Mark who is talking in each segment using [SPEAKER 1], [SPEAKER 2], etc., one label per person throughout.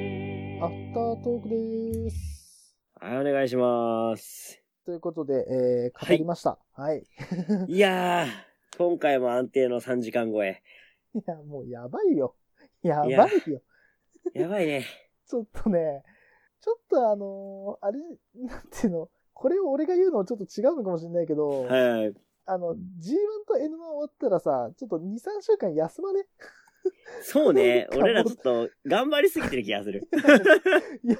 [SPEAKER 1] アフタートークです。
[SPEAKER 2] はい、お願いします。
[SPEAKER 1] ということで、えー、語りました。はい。い、
[SPEAKER 2] いやー、今回も安定の3時間超え。
[SPEAKER 1] や、もうやばいよ。やばい
[SPEAKER 2] いや
[SPEAKER 1] よ。
[SPEAKER 2] やばいね。
[SPEAKER 1] ちょっとね、ちょっとあのーあれ、なんていうの、これを俺が言うのちょっと違うのかもしれないけど、
[SPEAKER 2] はい。
[SPEAKER 1] あの、G1 と N1 終わったらさ、ちょっと2、3週間休 まね。
[SPEAKER 2] そう
[SPEAKER 1] なん
[SPEAKER 2] ね、
[SPEAKER 1] かもう
[SPEAKER 2] 俺らちょっと頑張りすぎてる気がする。
[SPEAKER 1] いや、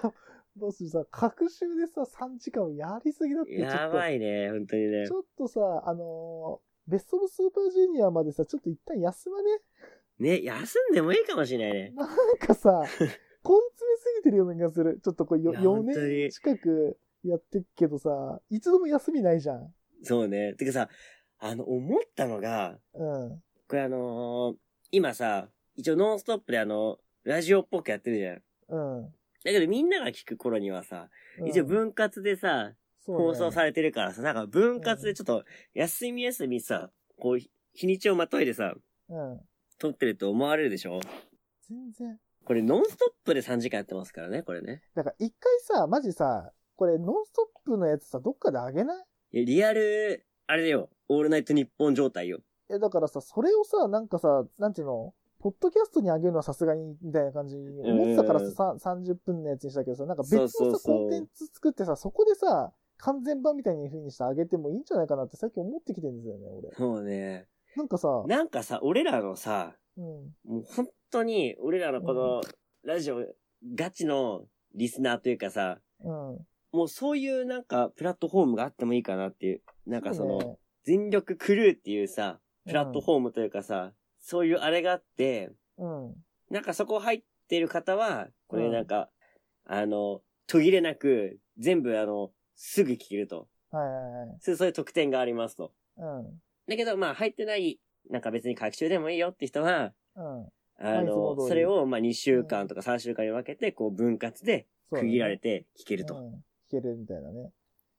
[SPEAKER 1] どうするさ、各週でさ、3時間をやりすぎだって、ちょっと。
[SPEAKER 2] やばいね、本当にね
[SPEAKER 1] ち。ょっとさ、あのーベストオブスーパージュニアまでさ、ちょっと一旦休まね
[SPEAKER 2] ね、休んでもいいかもしれないね。
[SPEAKER 1] なんかさ、根詰めすぎてるような気がする。ちょっとこうよ
[SPEAKER 2] いや
[SPEAKER 1] 4
[SPEAKER 2] 本当
[SPEAKER 1] 年
[SPEAKER 2] に
[SPEAKER 1] 近くやってっけどさ、一度も休みないじゃん。
[SPEAKER 2] そうね。てかさ、あの、思ったのが、
[SPEAKER 1] うん。
[SPEAKER 2] これあのー今さ、一応ノンストップであの、ラジオっぽくやってるじゃん。
[SPEAKER 1] うん。
[SPEAKER 2] だけどみんなが聞く頃にはさ、
[SPEAKER 1] うん
[SPEAKER 2] 一応分割でさ、放送さ
[SPEAKER 1] れ
[SPEAKER 2] れてるからさ、なんか分割でちょっと、休み休みさ、こう、日にちをまといでさ、
[SPEAKER 1] うん。
[SPEAKER 2] 撮ってると思われるでしょ
[SPEAKER 1] 全然。
[SPEAKER 2] これノンストップで3時間やってますからね、これね。
[SPEAKER 1] だから一回さ、マジさ、これノンストップのやつさ、どっかであげない
[SPEAKER 2] いやリアル、あれだよ、オールナイト日本状態よ。
[SPEAKER 1] いや、だからさ、それをさ、なんかさ、なんていうのポッドキャストにあげるのはさすがに、みたいな感じに思ってたから
[SPEAKER 2] うん
[SPEAKER 1] さ、さ30分のやつにしたけどさ、なんか別のさ、
[SPEAKER 2] そうそうそう
[SPEAKER 1] コンテンツ作ってさ、そこでさ、完全版みたいに風にしてあげてもいいんじゃないかなって最近思ってきてるんですよね、俺。
[SPEAKER 2] そうね。
[SPEAKER 1] なんかさ、
[SPEAKER 2] なんかさ、俺らのさ、
[SPEAKER 1] うん。
[SPEAKER 2] もう本当に、俺らのこの、ラジオ、ガチのリスナーというかさ、
[SPEAKER 1] うん。
[SPEAKER 2] もうそういうなんか、プラットフォームがあってもいいかなっていう。なんかその、
[SPEAKER 1] ね
[SPEAKER 2] 全力クルーっていうさ、プラットフォームというかさ、そういうあれがあって、
[SPEAKER 1] うん。
[SPEAKER 2] なんかそこ入ってる方は、こ
[SPEAKER 1] う
[SPEAKER 2] れ
[SPEAKER 1] ん
[SPEAKER 2] なんか、あの、途切れなく、全部あの、すぐ聞けると。
[SPEAKER 1] はいはいはい。
[SPEAKER 2] そうそういう特典がありますと。
[SPEAKER 1] うん。
[SPEAKER 2] だけど、まあ入ってない、なんか別に学習でもいいよって人は、
[SPEAKER 1] うん。
[SPEAKER 2] あ
[SPEAKER 1] いつも
[SPEAKER 2] の
[SPEAKER 1] 通、り
[SPEAKER 2] それをまあ2週間とか3週間に分けて、こう分割で
[SPEAKER 1] そうだね
[SPEAKER 2] 区切られて聞ける
[SPEAKER 1] う
[SPEAKER 2] と。
[SPEAKER 1] ん。聞けるみたいなね。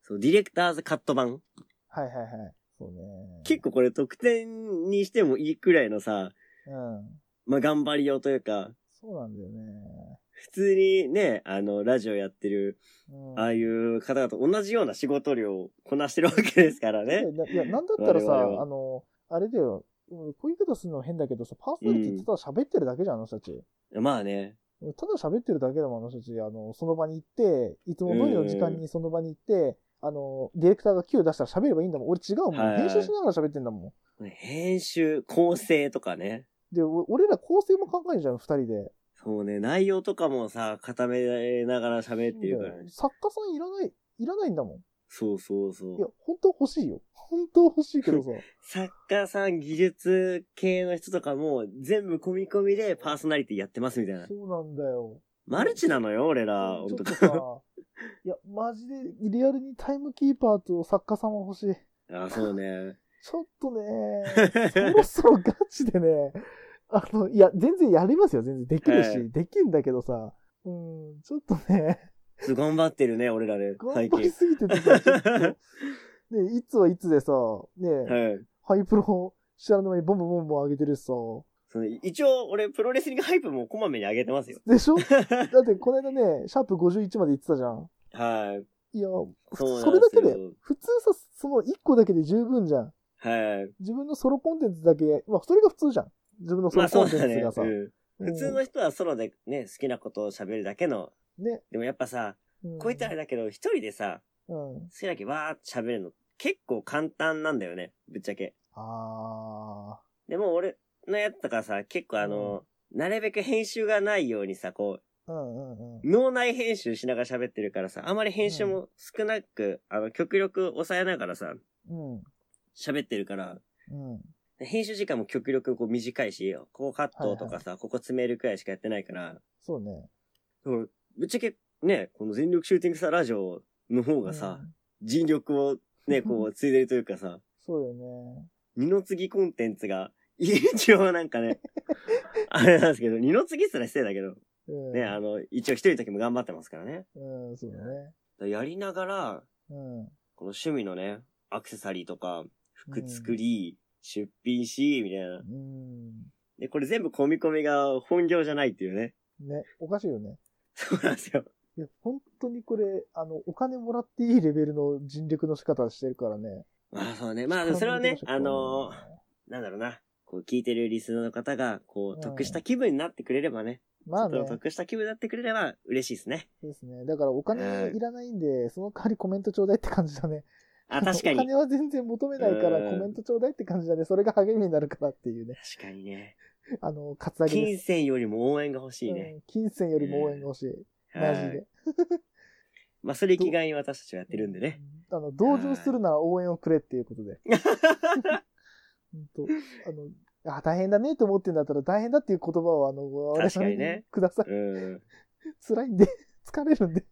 [SPEAKER 2] そう、ディレクターズカット版。
[SPEAKER 1] はいはいはい。そうね。
[SPEAKER 2] 結構これ特典にしてもいいくらいのさ、
[SPEAKER 1] うん。
[SPEAKER 2] まあ頑張りようというか、
[SPEAKER 1] そうなんだよね。
[SPEAKER 2] 普通にね、あの、ラジオやってる、
[SPEAKER 1] うん。
[SPEAKER 2] ああいう方々と同じような仕事量をこなしてるわけですからね。
[SPEAKER 1] いや、いやなんだったらさ、
[SPEAKER 2] 我々は
[SPEAKER 1] あの、あれだよ、うんこういう言い方するの変だけどさ、パーソナリティってただ喋ってるだけじゃん、あの人たち。
[SPEAKER 2] まあね。
[SPEAKER 1] ただ喋ってるだけでもんあの人たち、あの、その場に行って、いつも通りの時間にその場に行って、あの、ディレクターが Q 出したら喋ればいいんだもん。俺違うもん。
[SPEAKER 2] はい
[SPEAKER 1] 編集しながら喋ってんだも
[SPEAKER 2] 編集、構成とかね。
[SPEAKER 1] ん。で、お俺ら構成も考えるじゃん、二人で。
[SPEAKER 2] そうね、内容とかもさ、固めながら喋ってるからね。
[SPEAKER 1] 作家さんいらない、いらないんだも。
[SPEAKER 2] そうそうん
[SPEAKER 1] いや
[SPEAKER 2] そう。、
[SPEAKER 1] 本当は欲しいよ。本当は欲しいけどさ。
[SPEAKER 2] 作家さん、技術系の人とかも、全部込み込みでパーソナリティやってますみたいな。
[SPEAKER 1] そうなんだよ。
[SPEAKER 2] マルチなのよ、俺ら。
[SPEAKER 1] ちょっ
[SPEAKER 2] 本当
[SPEAKER 1] とさ、いや、マジでリアルにタイムキーパーと作家さんは欲しい。
[SPEAKER 2] あ、そうね。
[SPEAKER 1] ちょっとね、そろそろガチでね、 あの、いや、全然やりますよ、全然。できるし、
[SPEAKER 2] はい
[SPEAKER 1] できんだけどさ、うん、ちょっとね、
[SPEAKER 2] そう頑張ってるね、俺らね、
[SPEAKER 1] 頑
[SPEAKER 2] 最
[SPEAKER 1] 張り
[SPEAKER 2] 近。
[SPEAKER 1] すぎててさ、ちょっと、ね、いつはいつでさ、ね、
[SPEAKER 2] はい。
[SPEAKER 1] ハイプロ、知らぬ間にボンボンボンボン上げてるしさ、
[SPEAKER 2] その一応、俺、プロレスリングハイプもこまめに上げてますよ。
[SPEAKER 1] でしょだって、この間ね、シャープ51まで言ってたじゃん。
[SPEAKER 2] はい。
[SPEAKER 1] いや、
[SPEAKER 2] そう
[SPEAKER 1] そ
[SPEAKER 2] な
[SPEAKER 1] れ
[SPEAKER 2] んで
[SPEAKER 1] だ
[SPEAKER 2] す
[SPEAKER 1] け
[SPEAKER 2] よ
[SPEAKER 1] で、普通さ、その1個だけで十分じゃん。
[SPEAKER 2] はい。
[SPEAKER 1] 自分のソロコンテンツだけ、まあ、それが普通じゃん。自分のソ
[SPEAKER 2] ま
[SPEAKER 1] ロ
[SPEAKER 2] あ
[SPEAKER 1] コ
[SPEAKER 2] そ
[SPEAKER 1] ン
[SPEAKER 2] う
[SPEAKER 1] テン
[SPEAKER 2] だ
[SPEAKER 1] ツ
[SPEAKER 2] ね。
[SPEAKER 1] がさ。
[SPEAKER 2] うん普通の人はソロでね、好きなことを喋るだけの。
[SPEAKER 1] うんね。
[SPEAKER 2] でもやっぱさ、こういったらあれだけど、一人でさ、
[SPEAKER 1] うん。
[SPEAKER 2] 好きなだけわーって喋るの、結構簡単なんだよね、ぶっちゃけ。
[SPEAKER 1] あ
[SPEAKER 2] でも俺のやつとかさ、結構あの、なるべく編集がないようにさ、こ
[SPEAKER 1] ー。うんうんうん
[SPEAKER 2] う、。脳内編集しながら喋ってるからさ、あまり編集も少なく、あの、極力抑えながらさ、
[SPEAKER 1] うん。
[SPEAKER 2] 喋ってるから、
[SPEAKER 1] うん。
[SPEAKER 2] 編集時間も極力こう短いし、ここカットとかさ、ここ詰めるくらいしかやってないから、
[SPEAKER 1] そうね。
[SPEAKER 2] だからぶっちゃけ、ね、この全力シューティングスターラジオの方がさ
[SPEAKER 1] う、ん
[SPEAKER 2] 尽力を ね、こう、ついでるというかさ、
[SPEAKER 1] そうよね。
[SPEAKER 2] 二の次コンテンツが、 一応なんか ね、あれなんですけど、二の次すら失礼だけど、
[SPEAKER 1] うん。
[SPEAKER 2] ね、あの、一応一人の時も頑張ってますからね。だか
[SPEAKER 1] うん、そうだね。
[SPEAKER 2] らやりながら、
[SPEAKER 1] うん。
[SPEAKER 2] この趣味のね、アクセサリーとか、服作り、出品し、みたいな。
[SPEAKER 1] うん。
[SPEAKER 2] で、これ全部込み込みが本業じゃないっていうね。
[SPEAKER 1] ね。おかしいよね。
[SPEAKER 2] そう なんですよ。
[SPEAKER 1] いや、本当にこれ、あの、お金もらっていいレベルの尽力の仕方してるからね。
[SPEAKER 2] まあそうね。まあそれはね、あの
[SPEAKER 1] ー、
[SPEAKER 2] なんだろうな。こう聞いてるリスナーの方が、こ
[SPEAKER 1] うん
[SPEAKER 2] う、得した気分になってくれればね。
[SPEAKER 1] まあ
[SPEAKER 2] ちょ
[SPEAKER 1] ね
[SPEAKER 2] っ、と得した気分になってくれれば嬉しいですね。
[SPEAKER 1] そうですね。だからお金いらないんで、その代わりコメントちょうだいって感じだね。
[SPEAKER 2] あ、確か
[SPEAKER 1] お
[SPEAKER 2] に。確
[SPEAKER 1] 金は全然求めないから
[SPEAKER 2] うん
[SPEAKER 1] コメントちょうだいって感じだね。それが励みになるからっていうね。
[SPEAKER 2] かにね。
[SPEAKER 1] あの、カツアゲで
[SPEAKER 2] 金
[SPEAKER 1] す。
[SPEAKER 2] 銭よりも応援が欲しいね。
[SPEAKER 1] うん金銭よりも応援が欲しい。マジ
[SPEAKER 2] はい
[SPEAKER 1] で。
[SPEAKER 2] まあそれ生きがいに私たちはやってるんでね。
[SPEAKER 1] うん。あの、同情するなら応援をくれっていうことで。 本当あの、あ、大変だねって思ってんだったら大変だっていう言葉をあの、
[SPEAKER 2] 確かにね
[SPEAKER 1] ください。
[SPEAKER 2] うん。
[SPEAKER 1] 辛いんで、 疲れるんで。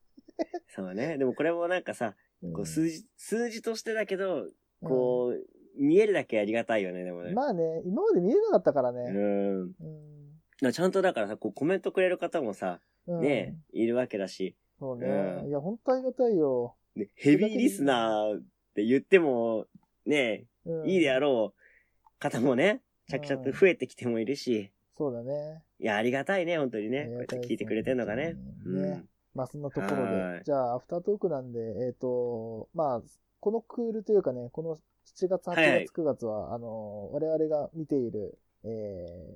[SPEAKER 2] そうね。でもこれもなんかさ、こう数字、数字としてだけど、
[SPEAKER 1] うん
[SPEAKER 2] こう、見えるだけありがたいよね、でもね。
[SPEAKER 1] まあね、今まで見えなかったから
[SPEAKER 2] う
[SPEAKER 1] ね。
[SPEAKER 2] ん。だか
[SPEAKER 1] うん
[SPEAKER 2] らちゃんとだからさ、こうコメントくれる方もさ、
[SPEAKER 1] うん
[SPEAKER 2] ね、いるわけだし、
[SPEAKER 1] そうね。
[SPEAKER 2] うん
[SPEAKER 1] いや、本当ありがたいよ。
[SPEAKER 2] でヘビーリスナーって言っても、ね、
[SPEAKER 1] うん
[SPEAKER 2] いいであろう方もね、着々と増えてきてもいるし、
[SPEAKER 1] そうだね。
[SPEAKER 2] いや、ありがたいね、本当にね。こうやって聞いてくれてんのがね。
[SPEAKER 1] うん
[SPEAKER 2] う
[SPEAKER 1] ね
[SPEAKER 2] ん。
[SPEAKER 1] まあ、そんなところ
[SPEAKER 2] は
[SPEAKER 1] で
[SPEAKER 2] い。
[SPEAKER 1] じゃあ、アフタートークなんで、えっ、と、まあ、このクールというかね、この7月、8
[SPEAKER 2] はいはい
[SPEAKER 1] 月、9月は、あの、我々が見ている、え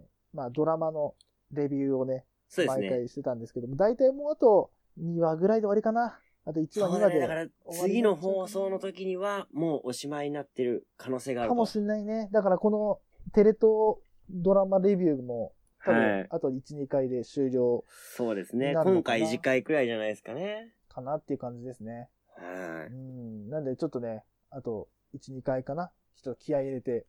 [SPEAKER 1] ー、まあ、ドラマのレビューをね、
[SPEAKER 2] そうです
[SPEAKER 1] 毎
[SPEAKER 2] ね。
[SPEAKER 1] 回してたんですけども、大体もうあと2話ぐらいで終わりかな。あと1
[SPEAKER 2] そ
[SPEAKER 1] 話、
[SPEAKER 2] う
[SPEAKER 1] 2話で
[SPEAKER 2] だね。だから、次の放送の時には、もうおしまいになってる可能性がある
[SPEAKER 1] か
[SPEAKER 2] と。
[SPEAKER 1] もしれないね。だからこのテレ東ドラマレビューも、多
[SPEAKER 2] は
[SPEAKER 1] 分
[SPEAKER 2] い、
[SPEAKER 1] あと1、2回で終了
[SPEAKER 2] そうですね。
[SPEAKER 1] なるの
[SPEAKER 2] 今
[SPEAKER 1] かな
[SPEAKER 2] 回次回くらいじゃないですかね。
[SPEAKER 1] かなっていう感じですね。
[SPEAKER 2] は
[SPEAKER 1] う
[SPEAKER 2] い。
[SPEAKER 1] ん。なんでちょっとね、あと1、2回かな。ちょっと気合い入れて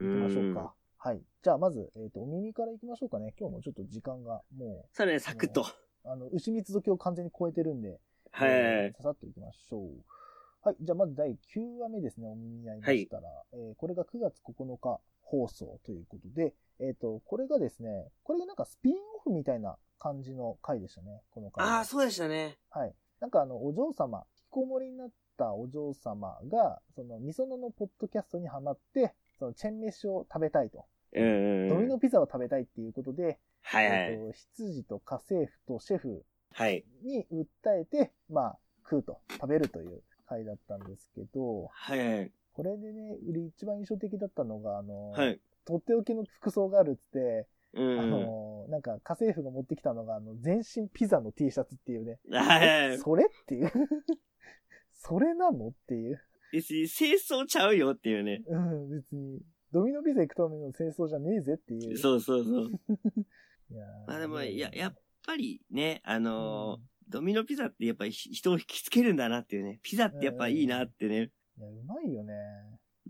[SPEAKER 1] いきましょうか。はい。じゃあまず、えっ、と、お耳からいきましょうかね。今日もちょっと時間がも
[SPEAKER 2] それね、サクッと。
[SPEAKER 1] う、あの、牛三つ時を完全に超えてるんで、
[SPEAKER 2] は
[SPEAKER 1] えー。
[SPEAKER 2] い
[SPEAKER 1] ささっといきましょう。はい。じゃあ、まず第9話目ですね。お耳に合いましたら。えーこれが9月9日放送ということで、えっ、と、これがですね、これがなんかスピンオフみたいな感じの回でしたね。この回は。
[SPEAKER 2] ああ、そうでしたね。
[SPEAKER 1] はい。なんかあの、お嬢様、引きこもりになったお嬢様が、その、みそののポッドキャストにハマって、その、チェンメシを食べたいと。
[SPEAKER 2] うんうん
[SPEAKER 1] ドミ
[SPEAKER 2] うん。
[SPEAKER 1] ノピザを食べたいっていうことで、
[SPEAKER 2] はいは
[SPEAKER 1] えっ、
[SPEAKER 2] い。
[SPEAKER 1] と、羊と家政婦とシェフ
[SPEAKER 2] はい。
[SPEAKER 1] に訴えて、まあ、食うと、食べるという回だったんですけど、
[SPEAKER 2] はいはい。
[SPEAKER 1] これでね、俺一番印象的だったのが、あの、
[SPEAKER 2] はい。
[SPEAKER 1] とっておきの服装があるっつって、
[SPEAKER 2] う
[SPEAKER 1] あ
[SPEAKER 2] んうん。
[SPEAKER 1] の、なんか家政婦が持ってきたのが、あの、全身ピザの T シャツっていうね、
[SPEAKER 2] はいはい。
[SPEAKER 1] それっていう。 それなのっていう。
[SPEAKER 2] 別に清掃ちゃうよっていうね。
[SPEAKER 1] うん、別に。ドミノピザ行くための戦争じゃねえぜっていう。
[SPEAKER 2] そうそうそう。 やっ
[SPEAKER 1] いやー
[SPEAKER 2] まあでも
[SPEAKER 1] ねえ
[SPEAKER 2] ややっぱりね、あのー
[SPEAKER 1] うん
[SPEAKER 2] ドミノピザってやっぱりひ人を引きつけるんだなっていうね。ピザってやっぱいいなってね。
[SPEAKER 1] いや、うまいよね。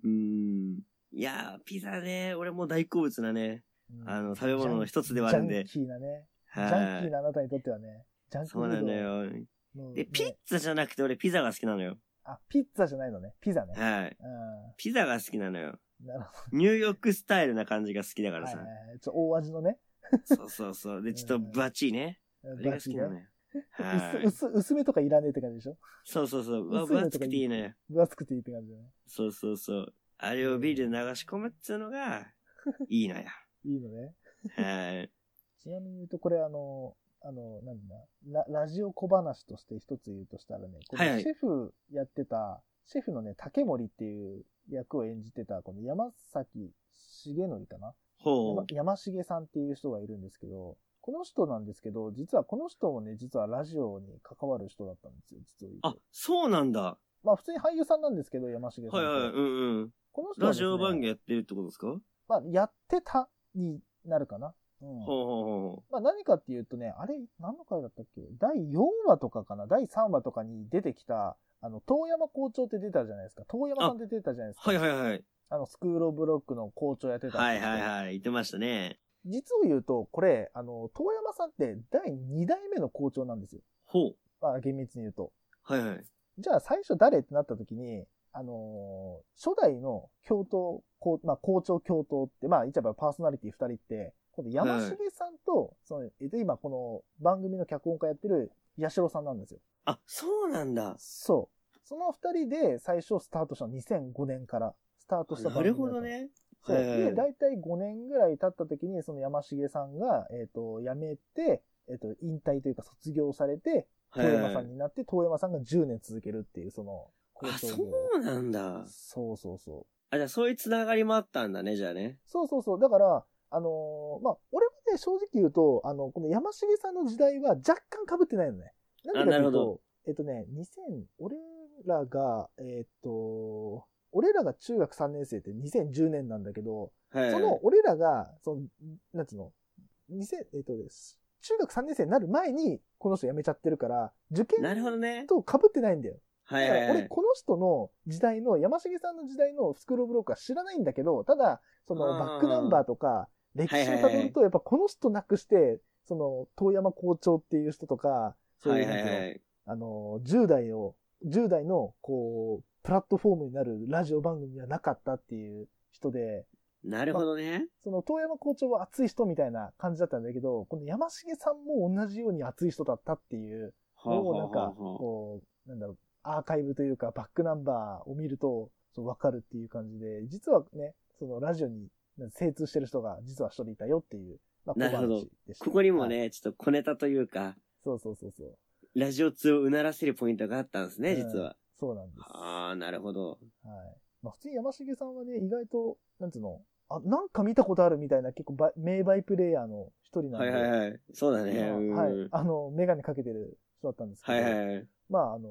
[SPEAKER 2] うん。いやー、ピザね、俺も大好物なね。
[SPEAKER 1] うん
[SPEAKER 2] あの食べ物の一つではあるんで
[SPEAKER 1] ジャンキーなね。ジャンキー
[SPEAKER 2] は
[SPEAKER 1] なあなたにとってはね。ジャン
[SPEAKER 2] い。
[SPEAKER 1] キー
[SPEAKER 2] そうな
[SPEAKER 1] フ
[SPEAKER 2] の
[SPEAKER 1] ード
[SPEAKER 2] よ。
[SPEAKER 1] の
[SPEAKER 2] で、
[SPEAKER 1] ね
[SPEAKER 2] ピッツァじゃなくて俺ピザが好きなのよ。
[SPEAKER 1] あ、ピッツァじゃないのね。ピザね。
[SPEAKER 2] はい。
[SPEAKER 1] う
[SPEAKER 2] ピザが好きなのよ。
[SPEAKER 1] ん。なるほ
[SPEAKER 2] ニューヨークスタイルな感じが好きだか
[SPEAKER 1] ど。
[SPEAKER 2] ら
[SPEAKER 1] はい
[SPEAKER 2] さ
[SPEAKER 1] は。いはい。ちょ、大味のね。
[SPEAKER 2] そうそうそう。で、ちょっと分厚いね。あれが好きなの
[SPEAKER 1] ね。
[SPEAKER 2] よ。はい。
[SPEAKER 1] 薄、薄、薄めとかいらねえって感じでしょ
[SPEAKER 2] そうそうそう。わ
[SPEAKER 1] 薄い
[SPEAKER 2] 分
[SPEAKER 1] のと
[SPEAKER 2] 厚
[SPEAKER 1] かい
[SPEAKER 2] く
[SPEAKER 1] い
[SPEAKER 2] ていいのよ。
[SPEAKER 1] 分厚くていいって感じだね。
[SPEAKER 2] そうそうそう。あれをビールで流し込むっつうの が、いいのよ。
[SPEAKER 1] いいのね。
[SPEAKER 2] はい。
[SPEAKER 1] ちなみに言うと、これあの、あの、なんだラ、ラジオ小話として一つ言うとしたらね、こ
[SPEAKER 2] はいは
[SPEAKER 1] の
[SPEAKER 2] い
[SPEAKER 1] シェフやってた、シェフのね、竹森っていう役を演じてた、この山崎重則かな
[SPEAKER 2] ほう。
[SPEAKER 1] 山山重さんっていう人がいるんですけど、この人なんですけど、実はこの人もね、実はラジオに関わる人だったんですよ、実を言うと
[SPEAKER 2] あ、そうなんだ。
[SPEAKER 1] まあ普通に俳優さんなんですけど、山重さんって。
[SPEAKER 2] はいはい、うんうん。
[SPEAKER 1] この人は
[SPEAKER 2] ラ
[SPEAKER 1] です
[SPEAKER 2] ジ
[SPEAKER 1] ね
[SPEAKER 2] オ番組やってるってことですかほう
[SPEAKER 1] まあやってたになるかな。うん。
[SPEAKER 2] ほうほ
[SPEAKER 1] まあ何かっていうとね、あれ、何の回だったっけ第4話とかかな第3話とかに出てきた、あの、遠山校長って出たじゃないですか。遠山さんって出たじゃないです
[SPEAKER 2] う。
[SPEAKER 1] か。
[SPEAKER 2] はいはいはい。
[SPEAKER 1] あの、スクールオブロックの校長やってた。
[SPEAKER 2] はいはいはい。言ってましたね。
[SPEAKER 1] 実を言うと、これ、あの、遠山さんって第2代目の校長なんですよ。
[SPEAKER 2] ほう。
[SPEAKER 1] まあ厳密に言うと。
[SPEAKER 2] はいはい。
[SPEAKER 1] じゃあ最初誰ってなった時に、あのー初代の教頭、校まあ、校長教頭って、まあ、言っちゃえばパーソナリティ二人って、この山重さんと、その、えっと、今この番組の脚本家やってる八代さんなんですよ。
[SPEAKER 2] あ、そうなんだ。
[SPEAKER 1] そう。その二人で最初スタートしたの2005年からスタートした番
[SPEAKER 2] な
[SPEAKER 1] 組だっ
[SPEAKER 2] る
[SPEAKER 1] た
[SPEAKER 2] ほど。ね。
[SPEAKER 1] そう。
[SPEAKER 2] はいはい
[SPEAKER 1] で、大体5年ぐらい経った時に、その山重さんが、えっ、と、辞めて、ええっと、引退というか卒業されて、
[SPEAKER 2] は
[SPEAKER 1] 遠
[SPEAKER 2] いはい
[SPEAKER 1] 山さんになって、遠山さんが10年続けるっていう、その、
[SPEAKER 2] あ、
[SPEAKER 1] 交渉
[SPEAKER 2] そ
[SPEAKER 1] 業を
[SPEAKER 2] うなんだ。
[SPEAKER 1] そうそうそう。
[SPEAKER 2] あ、じゃあそういうつながりもあったんだね、じゃあね。
[SPEAKER 1] そうそうそう。だから、あのーまあ、俺はね、正直言うと、あの、この山重さんの時代は若干被ってないのね。なんでかとい
[SPEAKER 2] あなるほ
[SPEAKER 1] う
[SPEAKER 2] ど
[SPEAKER 1] と、えっとね、2000、俺らが、えっと、俺らが中学3年生って2010年なんだけど、
[SPEAKER 2] はいはい。
[SPEAKER 1] その、俺らが、その、なんつうの、2000、えっとです。中学3年生になる前に、この人辞めちゃってるから、受
[SPEAKER 2] な
[SPEAKER 1] 験
[SPEAKER 2] るほどね。
[SPEAKER 1] と被ってないんだよ。
[SPEAKER 2] はい
[SPEAKER 1] だか
[SPEAKER 2] はい
[SPEAKER 1] ら
[SPEAKER 2] は
[SPEAKER 1] 俺
[SPEAKER 2] い。
[SPEAKER 1] この人の時代の山重さんの時代のスクロールブロックは知らないんだけどただその
[SPEAKER 2] うん
[SPEAKER 1] バックナンバーとか歴史をた
[SPEAKER 2] はいはい
[SPEAKER 1] ど
[SPEAKER 2] は
[SPEAKER 1] る
[SPEAKER 2] い
[SPEAKER 1] とやっぱこの人なくしてその遠山校長っていう人とかそう
[SPEAKER 2] はいいうは
[SPEAKER 1] なん
[SPEAKER 2] い
[SPEAKER 1] ていうの
[SPEAKER 2] はい。
[SPEAKER 1] あの10代を10代のこうプラットフォームになるラジオ番組はなかったっていう人で
[SPEAKER 2] なるほどね。
[SPEAKER 1] その遠山校長は熱い人みたいな感じだったんだけどこの山重さんも同じように熱い人だったっていう
[SPEAKER 2] ほう
[SPEAKER 1] もう
[SPEAKER 2] ほ
[SPEAKER 1] な
[SPEAKER 2] うんほう
[SPEAKER 1] か、
[SPEAKER 2] ほ
[SPEAKER 1] こう、なんだろう、アーカイブというか、バックナンバーを見ると、そう、わかるっていう感じで、実はね、そのラジオに精通してる人が実は一人いたよっていう、まあ
[SPEAKER 2] なるほど
[SPEAKER 1] 小話でし
[SPEAKER 2] う
[SPEAKER 1] た
[SPEAKER 2] ここにも。
[SPEAKER 1] はい
[SPEAKER 2] ね、ちょっと小ネタというか、
[SPEAKER 1] そうそうそうそう。
[SPEAKER 2] ラジオ通をうならせるポイントがあったんですね、
[SPEAKER 1] うん
[SPEAKER 2] 実は。
[SPEAKER 1] そうなんです。は
[SPEAKER 2] ああ、なるほど。
[SPEAKER 1] い。まあ普通に山重さんはね、意外と、なんつうの、あ、なんか見たことあるみたいな、結構バイ名バイプレイヤーの一人なん
[SPEAKER 2] は
[SPEAKER 1] で。
[SPEAKER 2] いはいはい。そうだね。
[SPEAKER 1] まあ
[SPEAKER 2] うん
[SPEAKER 1] はい。あの、メガネかけてる人だったんですけど。
[SPEAKER 2] はいはいはい。
[SPEAKER 1] まあ、あの、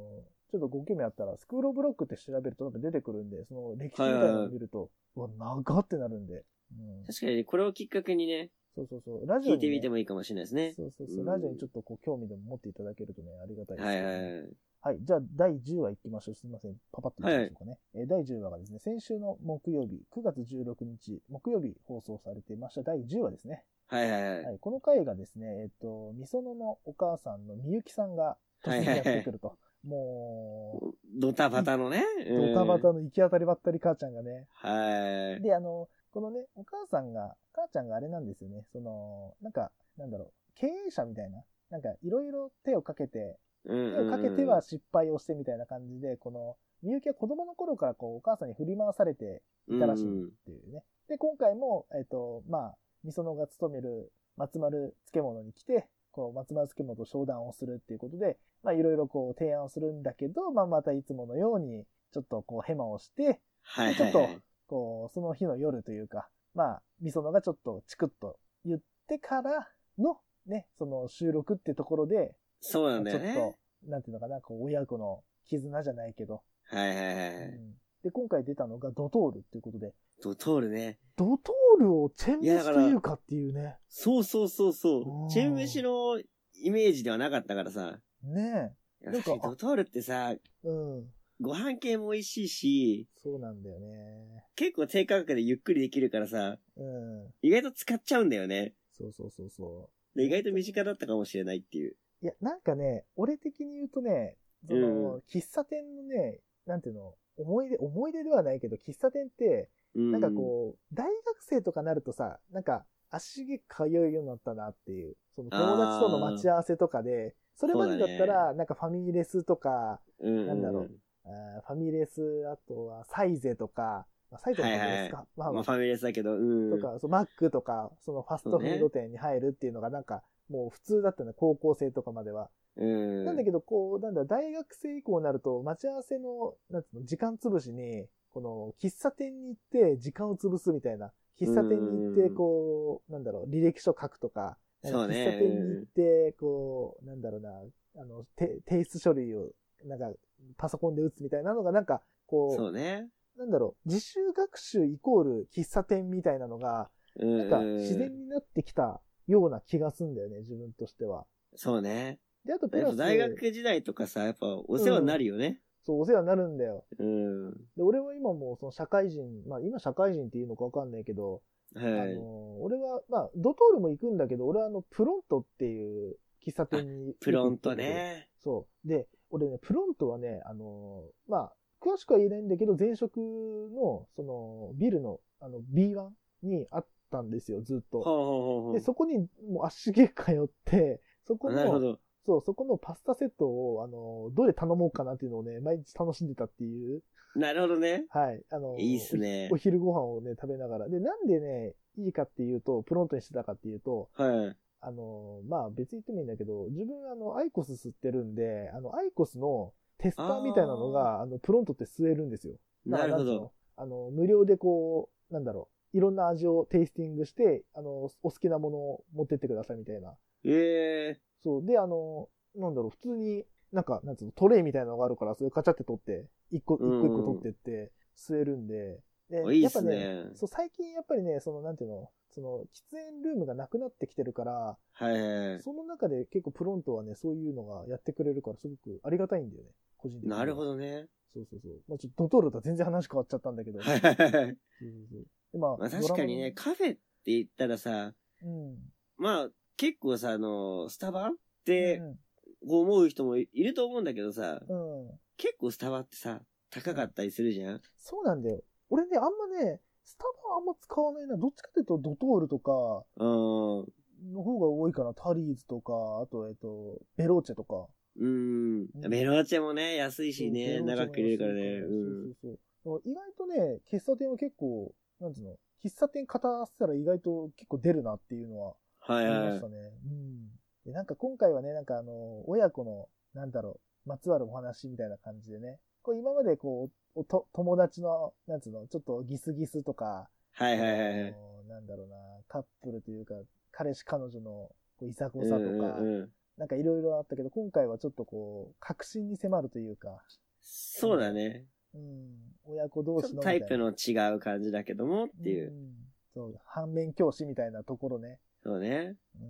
[SPEAKER 1] ちょっとご興味あったら、スクールオブロックって調べるとなんか出てくるんで、その歴史みたいなのを見ると、うわ、長ってなるんで。うん、
[SPEAKER 2] 確かに、これをきっかけにね、
[SPEAKER 1] そうそうそう。ラジ
[SPEAKER 2] 聞
[SPEAKER 1] オ
[SPEAKER 2] い
[SPEAKER 1] にね、
[SPEAKER 2] てみてもいいかもしれないですね。
[SPEAKER 1] そうそう
[SPEAKER 2] う
[SPEAKER 1] そう。
[SPEAKER 2] ん
[SPEAKER 1] ラジオにちょっとこう興味でも持っていただけるとね、ありがたいです
[SPEAKER 2] は
[SPEAKER 1] け
[SPEAKER 2] い
[SPEAKER 1] どね、
[SPEAKER 2] はいはい。
[SPEAKER 1] はい、じゃあ、第10話いきましょう。すみません。パパッといきましょうかね。えー第10話がですね、先週の木曜日、9月16日、木曜日放送されていました第10話ですね。
[SPEAKER 2] はいはいは。
[SPEAKER 1] はいい、この回がですね、えっ、と、みそののお母さんのみゆきさんが突然やってくると。もう、
[SPEAKER 2] ドタバタのね。
[SPEAKER 1] ドタバ
[SPEAKER 2] うん。
[SPEAKER 1] タの行き当たりばったり母ちゃんがね。
[SPEAKER 2] はい。
[SPEAKER 1] で、あの、このね、お母さんが、母ちゃんがあれなんですよね。その、なんか、なんだろう、経営者みたいな。なんか、いろいろ手をかけて、
[SPEAKER 2] うん
[SPEAKER 1] 手
[SPEAKER 2] うんう
[SPEAKER 1] を
[SPEAKER 2] ん
[SPEAKER 1] かけては、失敗をしてみたいな感じで、この、みゆきは子供の頃からこう、お母さんに振り回されていたらしいっていうね。で、今回も、えっ、と、まあ、みそのが勤める松丸漬物に来て、こう、松丸漬物と商談をするっていうことで、まあ、いろいろこう、提案をするんだけど、まあ、またいつものように、ちょっとこう、ヘマをして、
[SPEAKER 2] はい
[SPEAKER 1] ちょ
[SPEAKER 2] は
[SPEAKER 1] っ
[SPEAKER 2] い
[SPEAKER 1] と
[SPEAKER 2] はい。、
[SPEAKER 1] こう、その日の夜というか、まあ、みそのがちょっとチクッと言ってからの、ね、その収録ってところで、
[SPEAKER 2] そう
[SPEAKER 1] ま
[SPEAKER 2] な
[SPEAKER 1] あ
[SPEAKER 2] んだ
[SPEAKER 1] ちょ
[SPEAKER 2] よ
[SPEAKER 1] っ
[SPEAKER 2] ね。
[SPEAKER 1] と、なんていうのかな、こう、親子の絆じゃないけど、
[SPEAKER 2] はいはいは
[SPEAKER 1] う
[SPEAKER 2] い。
[SPEAKER 1] んで、今回出たのがドトールっていうことで、
[SPEAKER 2] ドトールね。
[SPEAKER 1] ドトールをチェンメシというかっていうね、
[SPEAKER 2] そうそうそう
[SPEAKER 1] う
[SPEAKER 2] そ
[SPEAKER 1] ん
[SPEAKER 2] う。チェンメシのイメージではなかったからさ。
[SPEAKER 1] ね
[SPEAKER 2] やっ
[SPEAKER 1] なんか
[SPEAKER 2] ぱりドトールってさ、
[SPEAKER 1] え、うん、
[SPEAKER 2] ご飯系も美味しいし、
[SPEAKER 1] そうなんだよね。
[SPEAKER 2] 結構低価格でゆっくりできるからさ、
[SPEAKER 1] うん、
[SPEAKER 2] 意外と使っちゃうんだよね。
[SPEAKER 1] そうそうそうそう。
[SPEAKER 2] で意外と身近だったかもしれないっていう。
[SPEAKER 1] いや、なんかね、俺的に言うとね、そ
[SPEAKER 2] うん
[SPEAKER 1] の、喫茶店のね、なんていうの、思い出、思い出ではないけど、喫茶店って、
[SPEAKER 2] な
[SPEAKER 1] なんかこう、大学生とかなるとさ、なんか、足毛通うようになったなっていう、その友達との待ち合わせとかで、それまでだった
[SPEAKER 2] そうだ
[SPEAKER 1] ら、なんかファミレスとか、
[SPEAKER 2] う、うんうん、
[SPEAKER 1] なんだろうあーファミレス、あとはサイゼとか、まあサイゼのファミレスか、まあま
[SPEAKER 2] ま
[SPEAKER 1] あ
[SPEAKER 2] あファミレスだけど、うん。
[SPEAKER 1] とか、そうマックとか、そのファストフード店に入るっていうのが、なんか、もう普通だったね、高校生とかまでは。
[SPEAKER 2] うん。
[SPEAKER 1] なんだけど、こう、なんだ、大学生以降になると、待ち合わせの、なんつうの、時間潰しに、この、喫茶店に行って、時間を潰すみたいな。喫茶店に行って、
[SPEAKER 2] うん
[SPEAKER 1] こう、なんだろう、履歴書書くとか、なんか
[SPEAKER 2] そうね
[SPEAKER 1] 喫茶店に行って、こう、なんだろうな、あの、て提出書類を、なんか、パソコンで打つみたいなのが、なんか、
[SPEAKER 2] そ
[SPEAKER 1] こ
[SPEAKER 2] うね。
[SPEAKER 1] う、なんだろう、自習学習イコール喫茶店みたいなのが、
[SPEAKER 2] うん
[SPEAKER 1] なんか、自然になってきたような気がすんだよね、自分としては。
[SPEAKER 2] そうね。
[SPEAKER 1] で、あと、プ
[SPEAKER 2] やっ
[SPEAKER 1] ラ
[SPEAKER 2] ぱ
[SPEAKER 1] ス、
[SPEAKER 2] 大学時代とかさ、やっぱお世話になるよね。
[SPEAKER 1] そう、お世話になるんだよ。
[SPEAKER 2] うん。
[SPEAKER 1] で、俺は今もうその社会人、まあ今社会人っていうのかわかんないけど、あ
[SPEAKER 2] は
[SPEAKER 1] の
[SPEAKER 2] い
[SPEAKER 1] ー。俺は、まあドトールも行くんだけど、俺はあの、プロントっていう喫茶店に。
[SPEAKER 2] プロント。ね。
[SPEAKER 1] そう。で、俺ね、プロントはね、あのーまあ、詳しくは言えないんだけど、前職の、その、ビルの、あの、B1 にあったんですよ、ずっ
[SPEAKER 2] ほ
[SPEAKER 1] と。
[SPEAKER 2] うほうほうほ
[SPEAKER 1] で、
[SPEAKER 2] う
[SPEAKER 1] そこに、もう足毛通って、そこ
[SPEAKER 2] なるほ
[SPEAKER 1] の、
[SPEAKER 2] ど。
[SPEAKER 1] そう、そこのパスタセットを、あのー、どれ頼もうかなっていうのをね、毎日楽しんでたっていう。
[SPEAKER 2] なるほどね。
[SPEAKER 1] はい。あの、
[SPEAKER 2] いいっすね
[SPEAKER 1] おお昼ご飯をね、食べながら。で、なんでね、いいかっていうと、プロントにしてたかっていうと、
[SPEAKER 2] はい。
[SPEAKER 1] あの、まあ別に言ってもいいんだけど、自分あの、アイコス吸ってるんで、あの、アイコスのテスターみたいなのが、あの、プロントって吸えるんですよ。だか
[SPEAKER 2] な
[SPEAKER 1] ら
[SPEAKER 2] るほ
[SPEAKER 1] んていう
[SPEAKER 2] ど
[SPEAKER 1] の。。あの、無料でこう、なんだろう、いろんな味をテイスティングして、あの、お好きなものを持ってってくださいみたいな。
[SPEAKER 2] ええ
[SPEAKER 1] そう。で、あの、なんだろう、普通に、なんか、なんつうの、トレイみたいなのがあるから、それカチャって取って、一個、一個一個取ってって、吸えるんで。
[SPEAKER 2] あ
[SPEAKER 1] で、
[SPEAKER 2] いい
[SPEAKER 1] や
[SPEAKER 2] っ
[SPEAKER 1] っぱ
[SPEAKER 2] す
[SPEAKER 1] ね、
[SPEAKER 2] ね。
[SPEAKER 1] そう、最近やっぱりね、その、なんていうの、その、喫煙ルームがなくなってきてるから、
[SPEAKER 2] はいはいはい。
[SPEAKER 1] その中で結構プロントはね、そういうのがやってくれるから、すごくありがたいんだよね、個人的に。
[SPEAKER 2] なるほ
[SPEAKER 1] ど。
[SPEAKER 2] どね。
[SPEAKER 1] そうそうそう。まあちょっとドトールとは全然話変わっちゃったんだけど。
[SPEAKER 2] はいはいは
[SPEAKER 1] そう
[SPEAKER 2] い。
[SPEAKER 1] そうそうでまあ
[SPEAKER 2] まあ確かにね、カフェって言ったらさ、
[SPEAKER 1] ドラマも
[SPEAKER 2] まあ結構さ、あの、スタバっ
[SPEAKER 1] うん。
[SPEAKER 2] てこう思う人もいると思うんだけどさ、
[SPEAKER 1] うん。うん。
[SPEAKER 2] 結構スタバってさ、高かったりするじゃん
[SPEAKER 1] そうなんだよ。俺ね、あんまね、スタバはあんま使わないな。どっちかというと、ドトールとか
[SPEAKER 2] うん。
[SPEAKER 1] の方が多いかな。タリーズとか、あと、えっと、ベローチェとか。
[SPEAKER 2] うん。メロアチェもね、安いしね、
[SPEAKER 1] そうベロ
[SPEAKER 2] 長
[SPEAKER 1] ーチェも
[SPEAKER 2] く入れるからね。。
[SPEAKER 1] そううんそうそうそう。意外とね、喫茶店は結構、なんつうの、喫茶店片せたら意外と結構出るなっていうのは
[SPEAKER 2] はい
[SPEAKER 1] 思いま
[SPEAKER 2] は
[SPEAKER 1] し
[SPEAKER 2] い
[SPEAKER 1] た。ね。うん。で、なんか今回はね、なんかあの、親子の、なんだろう、まつわるお話みたいな感じでね、こう今までこう、おと友達の、なんつうの、ちょっとギスギスとか、
[SPEAKER 2] はいはいは
[SPEAKER 1] あ
[SPEAKER 2] い。
[SPEAKER 1] のなんだろうな、カップルというか、彼氏彼女のこういざこ
[SPEAKER 2] う
[SPEAKER 1] ざ
[SPEAKER 2] ん
[SPEAKER 1] とか、
[SPEAKER 2] うんうん。
[SPEAKER 1] なんかいろいろあったけど、今回はちょっとこう、確信に迫るというか、
[SPEAKER 2] そうだね。
[SPEAKER 1] うん、親子同
[SPEAKER 2] ちょ
[SPEAKER 1] 士
[SPEAKER 2] っ
[SPEAKER 1] のみ
[SPEAKER 2] と
[SPEAKER 1] た
[SPEAKER 2] タ
[SPEAKER 1] い
[SPEAKER 2] イ
[SPEAKER 1] な
[SPEAKER 2] プの違う感じだけどもっていうう。
[SPEAKER 1] んそう、反面教師みたいなところね。
[SPEAKER 2] そうね。
[SPEAKER 1] うん、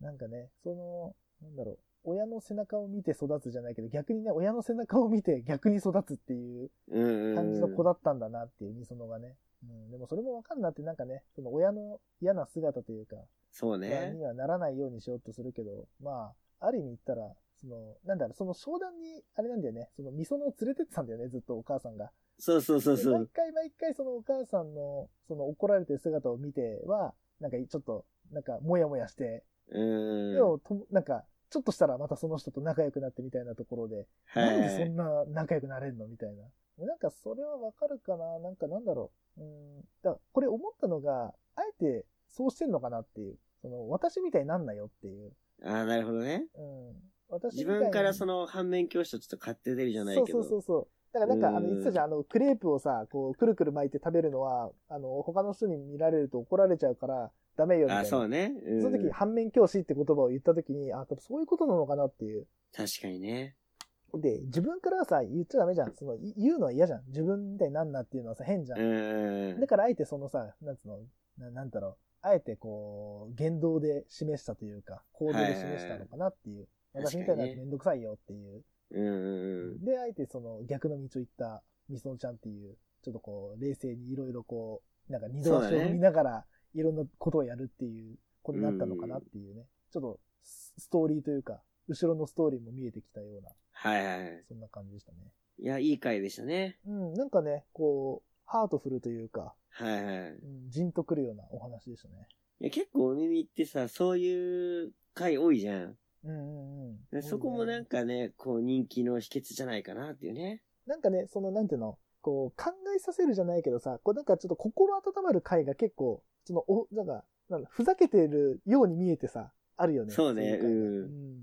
[SPEAKER 1] なんかね、その、なんだろう、親の背中を見て育つじゃないけど、逆にね、親の背中を見て逆に育つっていう
[SPEAKER 2] うんうんうん。
[SPEAKER 1] 感じの子だったんだなっていう、ミソノがね。うん、でもそれもわかんなって、なんかね、その親の嫌な姿というか、
[SPEAKER 2] そう
[SPEAKER 1] 不安
[SPEAKER 2] ね。
[SPEAKER 1] にはならないようにしようとするけど、まあ、ある意味言ったら、その、なんだろう、その商談に、あれなんだよね、その、ミソノを連れてってたんだよね、ずっとお母さんが。
[SPEAKER 2] そうそうそう
[SPEAKER 1] で
[SPEAKER 2] そ
[SPEAKER 1] 毎
[SPEAKER 2] う。
[SPEAKER 1] 回毎回そのお母さんの、その怒られてる姿を見ては、なんかちょっと、なんか、もやもやして、
[SPEAKER 2] うん。
[SPEAKER 1] でも、ともなんか、ちょっとしたらまたその人と仲良くなってみたいなところで、
[SPEAKER 2] は
[SPEAKER 1] なんでそ
[SPEAKER 2] い。
[SPEAKER 1] んな仲良くなれるのみたいな。なんかそれはわかるかななんかなんだろう。うん。だからこれ思ったのが、あえてそうしてんのかなっていう。その、私みたいになんなよっていう。
[SPEAKER 2] ああ、なるほどね。
[SPEAKER 1] うん。私み
[SPEAKER 2] 自
[SPEAKER 1] たいに
[SPEAKER 2] 分からその反面教師とちょっと買って出るじゃないけ
[SPEAKER 1] そう
[SPEAKER 2] ど。
[SPEAKER 1] そうそうそう。だからなんか、あ
[SPEAKER 2] う
[SPEAKER 1] の、
[SPEAKER 2] ん
[SPEAKER 1] 言ってたじゃん、あの、クレープをさ、こう、くるくる巻いて食べるのは、あの、他の人に見られると怒られちゃうから、ダメよみたい
[SPEAKER 2] あ
[SPEAKER 1] な。
[SPEAKER 2] あ、そうね。うん
[SPEAKER 1] その時、反面教師って言葉を言った時に、あ、多分そういうことなのかなっていう。
[SPEAKER 2] 確かにね。
[SPEAKER 1] で、自分からはさ、言っちゃダメじゃん。その、い言うのは嫌じゃん。自分みたいになんなっていうのはさ、変じゃ。
[SPEAKER 2] うんんうん
[SPEAKER 1] だ。から、あえてそのさ、なんつうの、ななんだろう。あえてこう、言動で示したというか、行動で示したのかなっていう。
[SPEAKER 2] はいはい
[SPEAKER 1] 私みたいな
[SPEAKER 2] 確かに
[SPEAKER 1] の
[SPEAKER 2] ね
[SPEAKER 1] めんどくさいよっていう。
[SPEAKER 2] うんうんうん。
[SPEAKER 1] で、あえてその逆の道を行ったミソンちゃんっていう、ちょっとこう、冷静にいろいろこう、なんか二度足を踏みながら、いろんなことをやるっていう子になったのかなっていうね。ちょっと、スストーリーというか、後ろのストーリーも見えてきたような、
[SPEAKER 2] はいはい。
[SPEAKER 1] そんな感じでしたね。
[SPEAKER 2] いや、いい回でしたね。
[SPEAKER 1] うん、なんかね、こう、ハートフルというか、
[SPEAKER 2] はいはい。
[SPEAKER 1] うん、じんとくるようなお話でしたね。
[SPEAKER 2] いや、結構お耳ってさ、そういう回多いじゃん。
[SPEAKER 1] うんうんうん。
[SPEAKER 2] でそこもなんかね、こう人気の秘訣じゃないかなっていうね。
[SPEAKER 1] なんかね、その、なんていうの、こう、考えさせるじゃないけどさ、こうなんかちょっと心温まる回が結構、その、お、なんか、なんだふざけてるように見えてさ、あるよね。
[SPEAKER 2] そうね
[SPEAKER 1] い回が
[SPEAKER 2] うん
[SPEAKER 1] うん。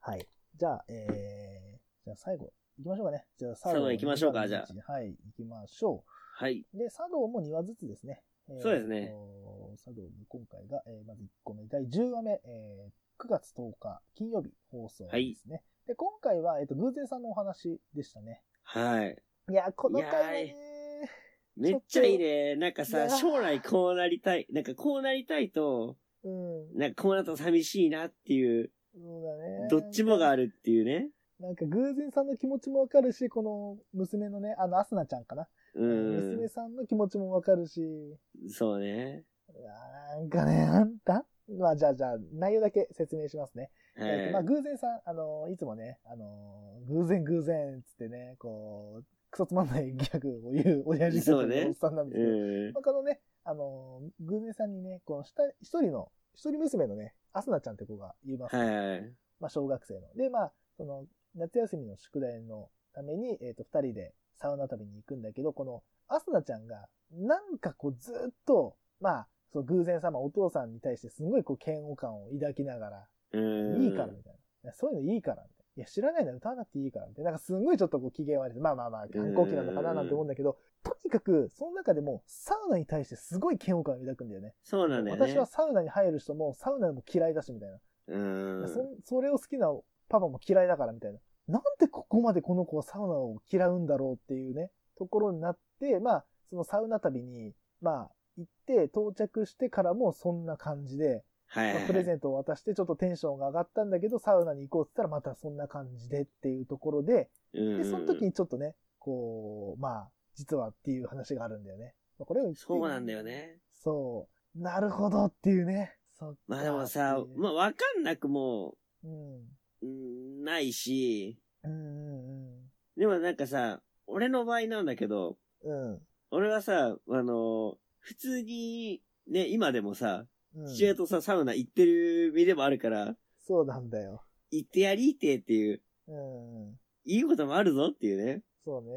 [SPEAKER 1] はい。じゃあ、えー、じゃあ最後、行きましょうかね。じゃあ、
[SPEAKER 2] 最後行きましょうかじゃ
[SPEAKER 1] あ。はい、行きましょ
[SPEAKER 2] はい。
[SPEAKER 1] う。で、茶道も2話ずつですね。えー
[SPEAKER 2] そうですね。
[SPEAKER 1] と茶道も今回が、えーまず1個目、第10話目、えー9月10日、金曜日放送ですね。で、今回は、えっ、と、偶然さんのお話でしたね。
[SPEAKER 2] はい。
[SPEAKER 1] いや、この回はね
[SPEAKER 2] いやめっちゃいいね。なんか
[SPEAKER 1] いや
[SPEAKER 2] さ、
[SPEAKER 1] ー
[SPEAKER 2] 将来こうなりたい。なんかこうなりたいと、
[SPEAKER 1] うん。
[SPEAKER 2] なんかこうなったら寂しいなっていう、
[SPEAKER 1] そうだね。
[SPEAKER 2] どっちもがあるっていうね。
[SPEAKER 1] なんか偶然さんの気持ちもわかるし、この娘のね、あの、アスナちゃんかな。
[SPEAKER 2] う
[SPEAKER 1] 娘
[SPEAKER 2] ん。
[SPEAKER 1] さんの気持ちもわかるし、い
[SPEAKER 2] そうね。
[SPEAKER 1] やなんかね、なんだまあ、じゃあ、じゃあ、内容だけ説明しますね。
[SPEAKER 2] は
[SPEAKER 1] えっとまあ、
[SPEAKER 2] い。
[SPEAKER 1] 偶然さん、あの、いつもね、あの、偶然偶然っつってね、こう、クソつまんないギャグを言う、親父ギャグのおっさんなんですけど、
[SPEAKER 2] うん。
[SPEAKER 1] 他のね、あの、偶然さんにね、この下、一人の、一人娘のね、アスナちゃんって子が言います。
[SPEAKER 2] はい。
[SPEAKER 1] まあ、小学生の。で、まあ、その、夏休みの宿題のために、えっ、と、二人でサウナ旅に行くんだけど、この、アスナちゃんが、なんかこう、ずっと、まあ、その偶然様、お父さんに対してすごいこう嫌悪感を抱きながら、
[SPEAKER 2] うん。
[SPEAKER 1] いいからみたいな。そういうのいいからみたいな。いや、知らないなら歌わなくていいからみたいな。なんかすんごいちょっとこう機嫌悪い。まあまあまあ、反抗期なのかななんて思うんだけど、とにかく、その中でもサウナに対してすごい嫌悪感を抱くんだよね。
[SPEAKER 2] そうなんだよね。
[SPEAKER 1] 私はサウナに入る人もサウナも嫌いだしみたいな。
[SPEAKER 2] うん。
[SPEAKER 1] そそれを好きなパパも嫌いだからみたいな。なんでここまでこの子はサウナを嫌うんだろうっていうね、ところになって、まあ、そのサウナ旅に、まあ、行って到着してからもそんな感じで、
[SPEAKER 2] はいは
[SPEAKER 1] ま
[SPEAKER 2] いは
[SPEAKER 1] あ
[SPEAKER 2] い。
[SPEAKER 1] プレゼントを渡してちょっとテンションが上がったんだけど、サウナに行こうって言ったらまたそんな感じでっていうところで、
[SPEAKER 2] うん。
[SPEAKER 1] で、その時にちょっとね、こう、まあ、実はっていう話があるんだよね。まあこれを言って
[SPEAKER 2] そうなんだよ。ね。
[SPEAKER 1] そう。なるほどっていうね。そっか
[SPEAKER 2] まあでもさ
[SPEAKER 1] ってい、う
[SPEAKER 2] まあわかんなくも、
[SPEAKER 1] うん。
[SPEAKER 2] うんないし、
[SPEAKER 1] うんうん
[SPEAKER 2] でもなんかさ、俺の場合なんだけど、
[SPEAKER 1] うん。うん。
[SPEAKER 2] 俺はさ、あの、普通に、ね、今でもさ、
[SPEAKER 1] うん
[SPEAKER 2] 父親とさ、サウナ行ってる身でもあるから、
[SPEAKER 1] そうなんだよ。
[SPEAKER 2] 行ってやりてえっていう、
[SPEAKER 1] うん。
[SPEAKER 2] いいこともあるぞっていうね、
[SPEAKER 1] そうね。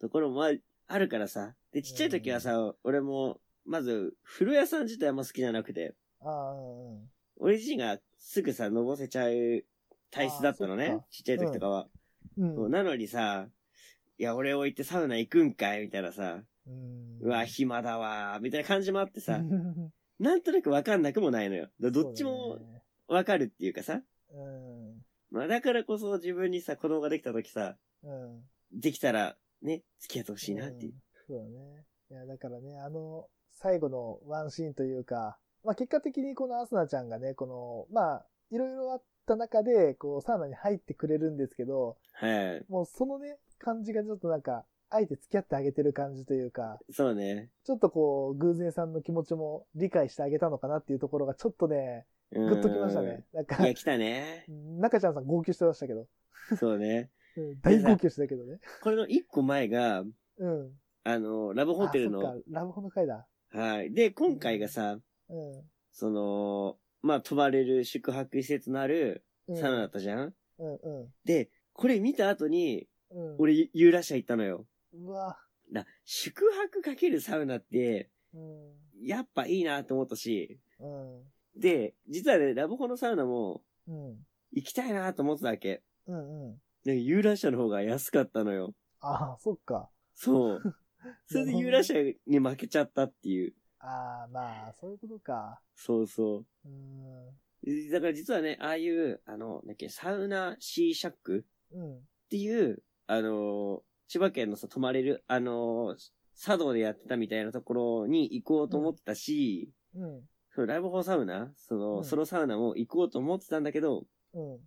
[SPEAKER 2] ところもああるからさ。で、ちっちゃい時はさ、俺も、まず、風呂屋さん自体も好きじゃなくて、
[SPEAKER 1] ああ、うんうん。
[SPEAKER 2] 俺自身がすぐさ、のぼせちゃう体質だったの
[SPEAKER 1] あーそっ
[SPEAKER 2] ね
[SPEAKER 1] か。
[SPEAKER 2] ちっちゃい時とかは。
[SPEAKER 1] うん
[SPEAKER 2] そうなのにさ、いや、俺を行ってサウナ行くんかいみたいなさ、
[SPEAKER 1] うん。
[SPEAKER 2] うわ、暇だわみたいな感じもあっ てさ、
[SPEAKER 1] うん
[SPEAKER 2] なんとなくわかんなくもないのよ。だどっちもわかるっていうかさ。
[SPEAKER 1] そうだね。
[SPEAKER 2] まあだからこそ自分にさ、子供ができた時さ、
[SPEAKER 1] うん。うん。
[SPEAKER 2] できたら、ね、付き合ってほしいなっていう。
[SPEAKER 1] うん。そうだね。いや、だからね、あの、最後のワンシーンというか、まあ結果的にこのアスナちゃんがね、この、まあ、いろいろあった中で、こう、サウナに入ってくれるんですけど、
[SPEAKER 2] はい。
[SPEAKER 1] もうそのね、感じがちょっとなんか、あえて付き合ってあげてる感じというか、
[SPEAKER 2] そうね。
[SPEAKER 1] ちょっとこう、偶然さんの気持ちも理解してあげたのかなっていうところがちょっとね、
[SPEAKER 2] う
[SPEAKER 1] グッときましたね。なんか
[SPEAKER 2] い、や、来たね。
[SPEAKER 1] 中ちゃんさん号泣してましたけど、
[SPEAKER 2] そうね。
[SPEAKER 1] うん大号泣してたけどね。
[SPEAKER 2] これの一個前が、
[SPEAKER 1] うん。
[SPEAKER 2] あの、ラブホテル
[SPEAKER 1] あそっか
[SPEAKER 2] の。
[SPEAKER 1] ラブホの回だ。
[SPEAKER 2] はい。で、今回がさ、
[SPEAKER 1] うん。
[SPEAKER 2] その、まあ、泊まれる宿泊施設のある
[SPEAKER 1] うん
[SPEAKER 2] サウナだったじゃん、
[SPEAKER 1] うんう
[SPEAKER 2] で、これ見た後に、
[SPEAKER 1] ん。うん。
[SPEAKER 2] 俺、ユーラシア行ったのよ。
[SPEAKER 1] うわ。
[SPEAKER 2] だ宿泊かけるサウナって、
[SPEAKER 1] うん。
[SPEAKER 2] やっぱいいなと思ったし、
[SPEAKER 1] うん。
[SPEAKER 2] で、実はね、ラブホのサウナも
[SPEAKER 1] うん。
[SPEAKER 2] 行きたいなと思ってたわけ。
[SPEAKER 1] うんうん。
[SPEAKER 2] で、ユーラシアの方が安かったのよ。
[SPEAKER 1] ああ、そっか。
[SPEAKER 2] そう。それでユーラシアに負けちゃったっていう。
[SPEAKER 1] ああ、まあ、そういうことか。
[SPEAKER 2] そうそ
[SPEAKER 1] うん。
[SPEAKER 2] う。だから実はね、ああいう、あの、なんだっけ、サウナシーシャック
[SPEAKER 1] うん。
[SPEAKER 2] っていう、あのー千葉県のさ、泊まれる、あのー茶道でやってたみたいなところに行こうと思ってたし、
[SPEAKER 1] うん。
[SPEAKER 2] そのライブホーサウナその、
[SPEAKER 1] うん
[SPEAKER 2] ソロサウナも行こうと思ってたんだけど、
[SPEAKER 1] うん。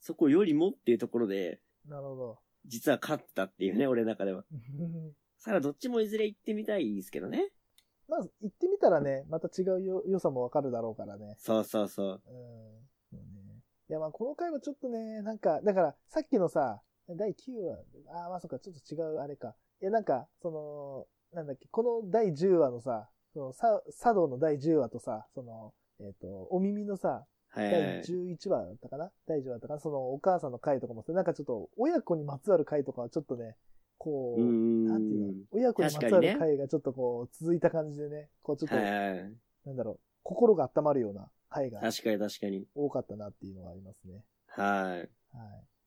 [SPEAKER 2] そこよりもっていうところで、
[SPEAKER 1] なるほど。
[SPEAKER 2] 実は勝ったっていうね、俺の中では。
[SPEAKER 1] うん
[SPEAKER 2] さらどっちもいずれ行ってみたいですけどね。
[SPEAKER 1] まあ、行ってみたらね、また違うよ良さもわかるだろうからね。
[SPEAKER 2] そうそうそう。
[SPEAKER 1] うんそうね。いや、まあ、この回はちょっとね、なんか、だから、さっきのさ、第9話、ああ、まあ、そっか、ちょっと違う、あれか。いや、なんか、その、なんだっけ、この第10話のさ、その、さ、茶道の第10話とさ、その、えっ、と、お耳のさ、
[SPEAKER 2] はいはいは
[SPEAKER 1] 第
[SPEAKER 2] い。
[SPEAKER 1] 11話だったかな、第10話だったかなその、お母さんの回とかもさ、なんかちょっと、親子にまつわる回とかはちょっとね、こう、
[SPEAKER 2] うーん。
[SPEAKER 1] なんていうの、親子にまつわ
[SPEAKER 2] 確かに
[SPEAKER 1] る
[SPEAKER 2] ね
[SPEAKER 1] 回がちょっとこう、続いた感じでね、こう、ちょっと、
[SPEAKER 2] はいはい。
[SPEAKER 1] なんだろう、心が温まるような回が
[SPEAKER 2] 確かに確かに。
[SPEAKER 1] 多かったなっていうのがありますね。
[SPEAKER 2] はい。
[SPEAKER 1] はい。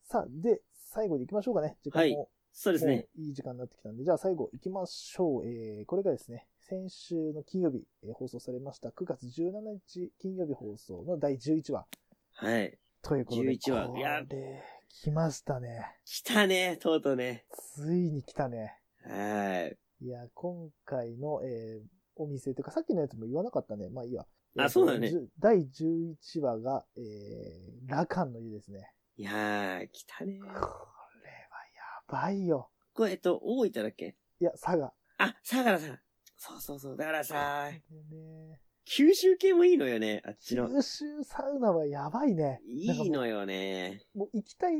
[SPEAKER 1] さあ、で、最後に行きましょうかね。時間も、
[SPEAKER 2] はい
[SPEAKER 1] も
[SPEAKER 2] そ
[SPEAKER 1] う
[SPEAKER 2] うですね。
[SPEAKER 1] いい時間になってきたんで。じゃあ最後行きましょう。えー、これがですね、先週の金曜日、えー放送されました、9月17日金曜日放送の第11話。
[SPEAKER 2] はい。
[SPEAKER 1] ということで、
[SPEAKER 2] 11話
[SPEAKER 1] こ
[SPEAKER 2] いや
[SPEAKER 1] れ、来ましたね。
[SPEAKER 2] 来たね、とうとうね。
[SPEAKER 1] ついに来たね。
[SPEAKER 2] はい。
[SPEAKER 1] いや、今回の、えーお店というか、さっきのやつも言わなかったね。まあいいわ。
[SPEAKER 2] あそうだね
[SPEAKER 1] じゅ。第11話が、えー、ラカンの湯ですね。
[SPEAKER 2] いやー、来たね。
[SPEAKER 1] これはやばいよ。
[SPEAKER 2] これ、えっと、大分だっけ
[SPEAKER 1] いや、佐賀。
[SPEAKER 2] あ、相良さん。そうそうそう。だからさ、
[SPEAKER 1] ね、
[SPEAKER 2] 九州系もいいのよね、あっちの。
[SPEAKER 1] 九州サウナはやばいね。
[SPEAKER 2] いい
[SPEAKER 1] なんか
[SPEAKER 2] のよね。
[SPEAKER 1] もうもう行きたい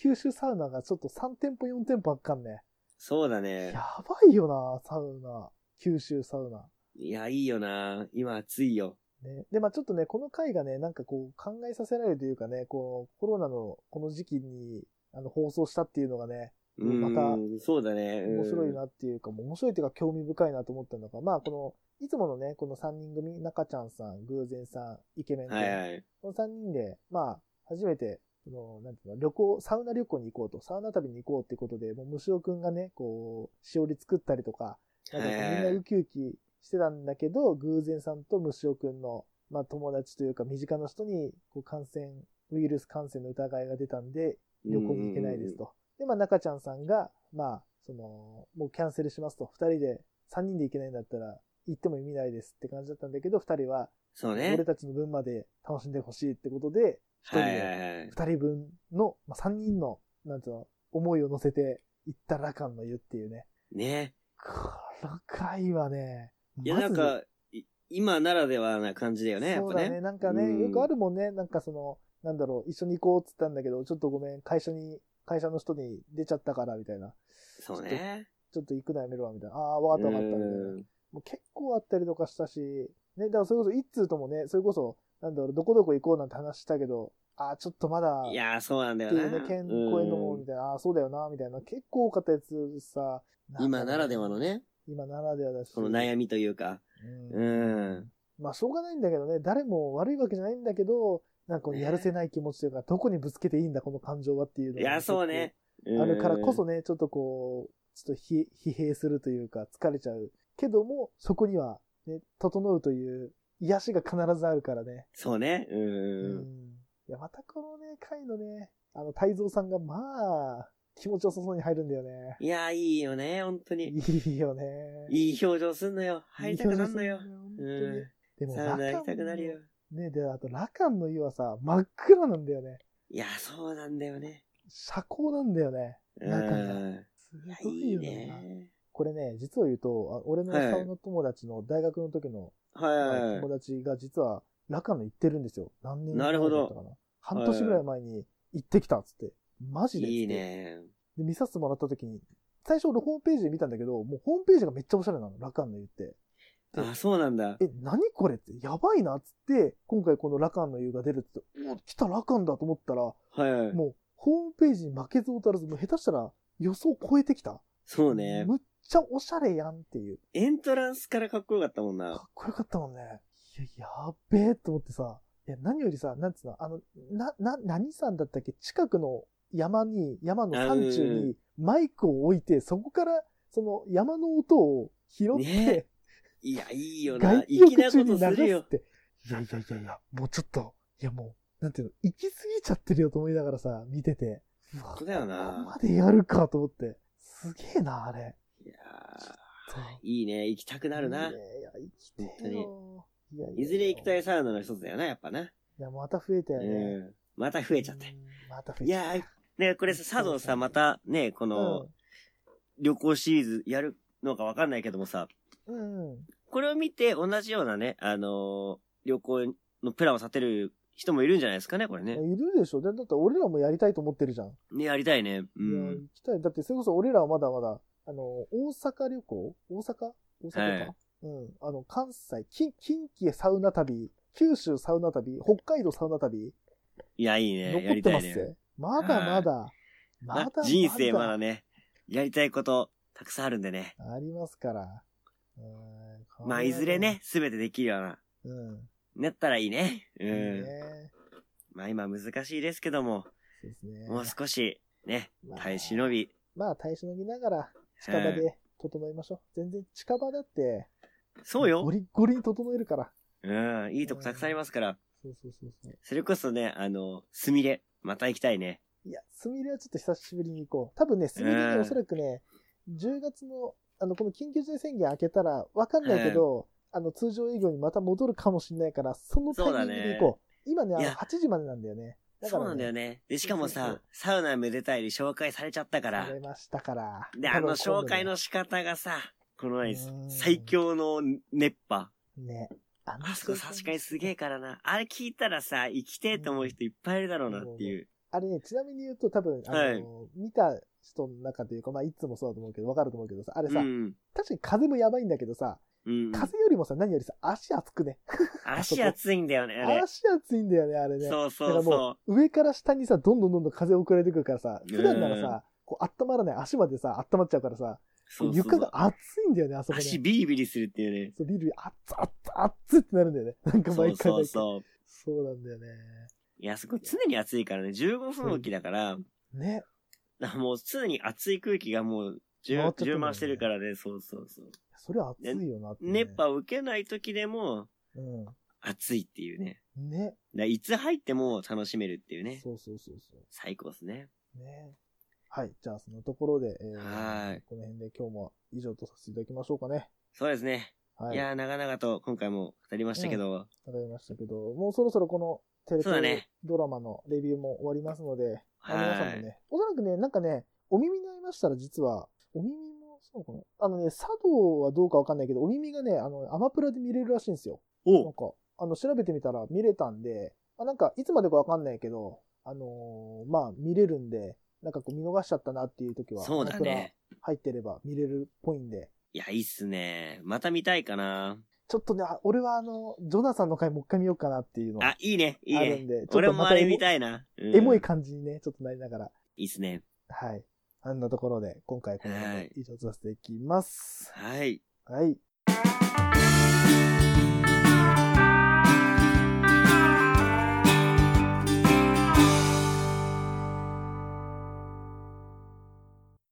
[SPEAKER 1] 九州サウナがちょっと3店舗4店舗あっかんね。
[SPEAKER 2] そうだね。
[SPEAKER 1] やばいよな、サウナ。九州サウナ。
[SPEAKER 2] いや、いいよな。今暑いよ。
[SPEAKER 1] ね、で、まあちょっとね、この回がね、なんかこう考えさせられるというかね、こう、コロナのこの時期にあの放送したっていうのがね、
[SPEAKER 2] うーん、
[SPEAKER 1] また
[SPEAKER 2] そうだね。うん
[SPEAKER 1] 面白い。なっていうか、もう面白いというか興味深いなと思ったのが、まあこのいつものね、この3人組、中ちゃんさん、偶然さん、イケメン君、
[SPEAKER 2] はいはい。
[SPEAKER 1] この3人で、まあ、初めて、その、なんていうの、旅行、サウナ旅行に行こうと、サウナ旅に行こうってことで、もう、むしおくんがね、こう、しおり作ったりとか、なんかこうみんなウキウキしてたんだけど、偶然さんとむしおくんの、まあ、友達というか、身近な人に、こう、感染、ウイルス感染の疑いが出たんで、旅行に行けないですと。で、まあ、中ちゃんさんが、まあ、その、もうキャンセルしますと。二人で、三人で行けないんだったら、行っても意味ないですって感じだったんだけど、二人は、
[SPEAKER 2] そうね
[SPEAKER 1] 俺。たちの分まで楽しんでほしいってことで、一人
[SPEAKER 2] は
[SPEAKER 1] で
[SPEAKER 2] いはいはい。
[SPEAKER 1] 二人分の、まあ、三人の、なんつうの、思いを乗せて行ったラカンの湯っていうね。
[SPEAKER 2] ね。
[SPEAKER 1] この回はね、
[SPEAKER 2] いや、
[SPEAKER 1] ま
[SPEAKER 2] な
[SPEAKER 1] ず
[SPEAKER 2] んか、い今ならではな感じだよね、やっ
[SPEAKER 1] そう
[SPEAKER 2] ぱ
[SPEAKER 1] だ
[SPEAKER 2] ね。
[SPEAKER 1] ね。なんか
[SPEAKER 2] うん
[SPEAKER 1] ね、よくあるもんね。なんかその、なんだろう、一緒に行こうって言ったんだけど、ちょっとごめん、会社に、会社の人に出ちゃったから、みたいな。
[SPEAKER 2] そうね。
[SPEAKER 1] ちょっと行くのやめるわ、みたいな。ああ、わかったわかった、みたいな
[SPEAKER 2] う。ん
[SPEAKER 1] もう結構あったりとかしたし、ね、だからそれこそ一通ともね、それこそ、なんだろう、どこどこ行こうなんて話したけど、ああ、ちょっとまだ、
[SPEAKER 2] いやー、そうなんだ
[SPEAKER 1] っ
[SPEAKER 2] よ
[SPEAKER 1] てい
[SPEAKER 2] な。
[SPEAKER 1] うね、県越えのも、
[SPEAKER 2] うん
[SPEAKER 1] みたいな、ああー、そうだよな、みたいな、結構多かったやつさ、なんか
[SPEAKER 2] 今
[SPEAKER 1] ね
[SPEAKER 2] ならではの。ね、
[SPEAKER 1] 今ならではだし。
[SPEAKER 2] この悩みというか。
[SPEAKER 1] う。
[SPEAKER 2] うんん。
[SPEAKER 1] まあ、しょうがないんだけどね、誰も悪いわけじゃないんだけど、なんかこう
[SPEAKER 2] ね
[SPEAKER 1] やるせない気持ちというか、どこにぶつけていいんだ、この感情はっていうの
[SPEAKER 2] い
[SPEAKER 1] が
[SPEAKER 2] や、そうね。。
[SPEAKER 1] あるからこそ
[SPEAKER 2] うん。
[SPEAKER 1] ね、ちょっとこう、ちょっとひ疲弊するというか、疲れちゃう。けども、そこには、ね、整うという癒しが必ずあるからね。
[SPEAKER 2] そうね。う。
[SPEAKER 1] うんいや、またこのね、回のね、あの、太蔵さんが、まあ、気持ちよさそうに入るんだよね。
[SPEAKER 2] いやー、いいよね、本当に。
[SPEAKER 1] いいよね。
[SPEAKER 2] いい表情すんのよ。入りたくなんのよ
[SPEAKER 1] いい。表情するんだよ本当
[SPEAKER 2] う
[SPEAKER 1] にで
[SPEAKER 2] ん。
[SPEAKER 1] も、
[SPEAKER 2] サウナ
[SPEAKER 1] ラ
[SPEAKER 2] 行
[SPEAKER 1] カ
[SPEAKER 2] きたく
[SPEAKER 1] ン
[SPEAKER 2] な
[SPEAKER 1] の
[SPEAKER 2] るよ。
[SPEAKER 1] ね、で、あと、ラカンの湯はさ、真っ暗なんだよね。
[SPEAKER 2] いや、そうなんだよね。
[SPEAKER 1] 遮光なんだよね。
[SPEAKER 2] うん。
[SPEAKER 1] 中がす
[SPEAKER 2] いや、
[SPEAKER 1] ごい
[SPEAKER 2] いい
[SPEAKER 1] よな。
[SPEAKER 2] ね。
[SPEAKER 1] これね、実を言うと、あ俺の
[SPEAKER 2] はい
[SPEAKER 1] サウナ友達の大学の時の
[SPEAKER 2] はい
[SPEAKER 1] 友。達が実は、ラカンの行ってるんですよ。何年前だったか
[SPEAKER 2] なる
[SPEAKER 1] な。半年ぐらい前に行ってきたっつって。マジでっつって
[SPEAKER 2] いいね。
[SPEAKER 1] で、見させてもらった時に、最初俺ホームページで見たんだけど、もうホームページがめっちゃおしゃれなの、ラカンの湯って。で
[SPEAKER 2] あ、そうなんだ。
[SPEAKER 1] え、何これって、やばいなっつって、今回このラカンの湯が出るって言って、お来たラカンだと思ったら、
[SPEAKER 2] はいはい。
[SPEAKER 1] もうホームページに負けず劣らず、もう下手したら予想を超えてきた。
[SPEAKER 2] そうね。
[SPEAKER 1] むっちゃおしゃれやんっていう。
[SPEAKER 2] エントランスからかっこよかったもんな
[SPEAKER 1] か。っこよかったもんね。いや、やっべえと思ってさ、いや、何よりさ、なんつうの、あの、な、な、何山だったっけ近くの山に、山の山中
[SPEAKER 2] うんう
[SPEAKER 1] にマイクを置いて、そこから、その山の音を拾って、
[SPEAKER 2] ねいや、いいよな。
[SPEAKER 1] 外気浴
[SPEAKER 2] 粋な
[SPEAKER 1] 中
[SPEAKER 2] こ
[SPEAKER 1] に
[SPEAKER 2] と
[SPEAKER 1] 流す
[SPEAKER 2] するよ
[SPEAKER 1] っ。て。いやいやいやいや、もうちょっと、いやもう、なんていうの、行き過ぎちゃってるよと思いながらさ、見てて。うわ
[SPEAKER 2] そうだよ
[SPEAKER 1] こ
[SPEAKER 2] な
[SPEAKER 1] こまでやるかと思って。すげえな、あれ。
[SPEAKER 2] いや
[SPEAKER 1] そう
[SPEAKER 2] ーいいね。行きたくなるな。
[SPEAKER 1] いやいや、生きてえよ。いややや
[SPEAKER 2] いずれ行きたいサウナの一つだよな、やっぱな。
[SPEAKER 1] いや、また増えたよね。
[SPEAKER 2] うん。また増えちゃった
[SPEAKER 1] う。ん。また増え
[SPEAKER 2] い
[SPEAKER 1] ちゃった。
[SPEAKER 2] やー、ね、これさ、佐藤さ、またね、この旅行シリーズやるのかわかんないけどもさ、
[SPEAKER 1] うん。うん。
[SPEAKER 2] これを見て同じようなね、あのー旅行のプランを立てる人もいるんじゃないですかね、これね。
[SPEAKER 1] いるでしょだだって俺らもやりたいと思ってるじゃん。
[SPEAKER 2] ね、やりたい
[SPEAKER 1] い
[SPEAKER 2] ね。う
[SPEAKER 1] や、
[SPEAKER 2] ん。
[SPEAKER 1] 行きたい。だってそれこそ俺らはまだまだ、あの、大阪旅行大阪大阪か、
[SPEAKER 2] はい
[SPEAKER 1] うん。あの、関西、近近畿サウナ旅、九州サウナ旅、北海道サウナ旅、
[SPEAKER 2] いや、いいね。や
[SPEAKER 1] 残っ
[SPEAKER 2] り
[SPEAKER 1] てま
[SPEAKER 2] たい
[SPEAKER 1] す
[SPEAKER 2] ね。
[SPEAKER 1] ぜ。まだまだ、まだまだ。
[SPEAKER 2] 人生まだね、やりたいこと、たくさんあるんでね。
[SPEAKER 1] ありますから。うん
[SPEAKER 2] まあ、いずれね。、すべてできるような、
[SPEAKER 1] うん。
[SPEAKER 2] なったらいいね。う
[SPEAKER 1] いい
[SPEAKER 2] ん。
[SPEAKER 1] ね
[SPEAKER 2] まあ、今難しいですけども、
[SPEAKER 1] そうですね。
[SPEAKER 2] もう少し、ね、
[SPEAKER 1] まあ
[SPEAKER 2] 耐え忍び。
[SPEAKER 1] まあ、耐え忍びながら、近場で整いましょう。全然近場だって、
[SPEAKER 2] そうよ
[SPEAKER 1] ゴ。リゴリに整えるから。
[SPEAKER 2] うん、いいとこたくさんありますから。
[SPEAKER 1] そうそうそうそう。
[SPEAKER 2] それこそね、あの、すみれ、また行きたいね。
[SPEAKER 1] いや、スミレはちょっと久しぶりに行こう。多分ね、スミレね、
[SPEAKER 2] うん
[SPEAKER 1] おそらくね、10月の、あの、この緊急事態宣言明けたら、わかんないけど、あの、通常営業にまた戻るかもしれないから、そのタイミングで行こう。今ね、あ
[SPEAKER 2] い
[SPEAKER 1] の
[SPEAKER 2] や
[SPEAKER 1] 8時までなんだよね。
[SPEAKER 2] そうなんだよ
[SPEAKER 1] ね。
[SPEAKER 2] ね。で、しかも
[SPEAKER 1] そうそう
[SPEAKER 2] さ
[SPEAKER 1] そう、
[SPEAKER 2] サウナめでたいで紹介されちゃったから
[SPEAKER 1] 食。べましたから。
[SPEAKER 2] で、あ
[SPEAKER 1] 多分
[SPEAKER 2] の
[SPEAKER 1] 今度
[SPEAKER 2] 紹介の仕方がさ、この何
[SPEAKER 1] うん
[SPEAKER 2] 最強の熱波。
[SPEAKER 1] ね。あの
[SPEAKER 2] あそこ確かにすげえからな。あれ聞いたらさ、生きてえと思う人いっぱいいるだろうなっていう。
[SPEAKER 1] あれね、ちなみに言うと多分、あの、
[SPEAKER 2] はい
[SPEAKER 1] 見た人の中というか、まあ、いつもそうだと思うけど、わかると思うけどさ、あれ
[SPEAKER 2] う
[SPEAKER 1] さ、
[SPEAKER 2] ん。
[SPEAKER 1] 確かに風もやばいんだけどさ、
[SPEAKER 2] うん。
[SPEAKER 1] 風よりもさ、何よりさ、足熱くね。
[SPEAKER 2] 足熱いんだよね、あれ。
[SPEAKER 1] 足熱いんだよね、あれね。
[SPEAKER 2] そう
[SPEAKER 1] だか
[SPEAKER 2] そ
[SPEAKER 1] らも、
[SPEAKER 2] うそう
[SPEAKER 1] 上から下にさ、どんどんどんどん風送られてくるからさ、
[SPEAKER 2] うん
[SPEAKER 1] 普段ならさ、こう、温まらない足までさ、温まっちゃうからさ、
[SPEAKER 2] そうそう。
[SPEAKER 1] 床が熱いんだよね、あそこね。
[SPEAKER 2] 足ビリビリするっていうね。
[SPEAKER 1] そう、ビルビル、熱っ熱っ熱っってなるんだよね。なんか
[SPEAKER 2] そう
[SPEAKER 1] 毎回
[SPEAKER 2] そ
[SPEAKER 1] 毎回。
[SPEAKER 2] うそう。
[SPEAKER 1] そうなんだよね。
[SPEAKER 2] いや、そこ常に暑いからね、15分おきだから、
[SPEAKER 1] ね。
[SPEAKER 2] だからもう常に熱い空気がもう充
[SPEAKER 1] 回っちゃってんだよね
[SPEAKER 2] 充満してるからね、そうそうそう。
[SPEAKER 1] それは熱いよなって、ね。
[SPEAKER 2] 熱波を受けない時でも
[SPEAKER 1] う
[SPEAKER 2] 暑いっていうね。
[SPEAKER 1] ん。ね。
[SPEAKER 2] だからいつ入っても楽しめるっていうね。
[SPEAKER 1] そうそうそうそ
[SPEAKER 2] 最高ですね。
[SPEAKER 1] う。ね。はい。じゃあ、そのところで、えー
[SPEAKER 2] はい
[SPEAKER 1] この辺で今日も以上とさせていただきましょうかね。
[SPEAKER 2] そうですね。、
[SPEAKER 1] はいい。
[SPEAKER 2] やー、長々と今回も語りましたけど、
[SPEAKER 1] わかりましたけど、もうそろそろこのテレ
[SPEAKER 2] そうだね
[SPEAKER 1] ビドラマのレビューも終わりますので、あの
[SPEAKER 2] はい
[SPEAKER 1] 皆さんもね、おそらくね、なんかね、お耳に合いましたら実は、お耳もそうかな。あのね、茶道はどうかわかんないけど、お耳がね、あの、アマプラで見れるらしいんですよ。な
[SPEAKER 2] お
[SPEAKER 1] んか、あの、調べてみたら見れたんで、あなんか、いつまでかわかんないけど、あのーまあ、見れるんで、なんかこう見逃しちゃったなっていう時は、
[SPEAKER 2] そう
[SPEAKER 1] ア
[SPEAKER 2] だ
[SPEAKER 1] マプラ
[SPEAKER 2] ね。
[SPEAKER 1] 入ってれば見れるっぽいんで、
[SPEAKER 2] いや、いいっすね。また見たいかな。
[SPEAKER 1] ちょっとね、あ俺はあの、ジョナサンの回もう一回見ようかなっていうのは
[SPEAKER 2] あ、いいね、いい
[SPEAKER 1] あるん
[SPEAKER 2] ね。
[SPEAKER 1] で、ちょっ
[SPEAKER 2] 俺
[SPEAKER 1] と
[SPEAKER 2] も
[SPEAKER 1] ま
[SPEAKER 2] あ
[SPEAKER 1] た
[SPEAKER 2] れ
[SPEAKER 1] エモ
[SPEAKER 2] 見たいな。うん
[SPEAKER 1] エモい感じにね、ちょっとなりながら、
[SPEAKER 2] いいっすね。
[SPEAKER 1] はい。あんなところで、今回この辺で以上とさせていきます。
[SPEAKER 2] はい。
[SPEAKER 1] はい。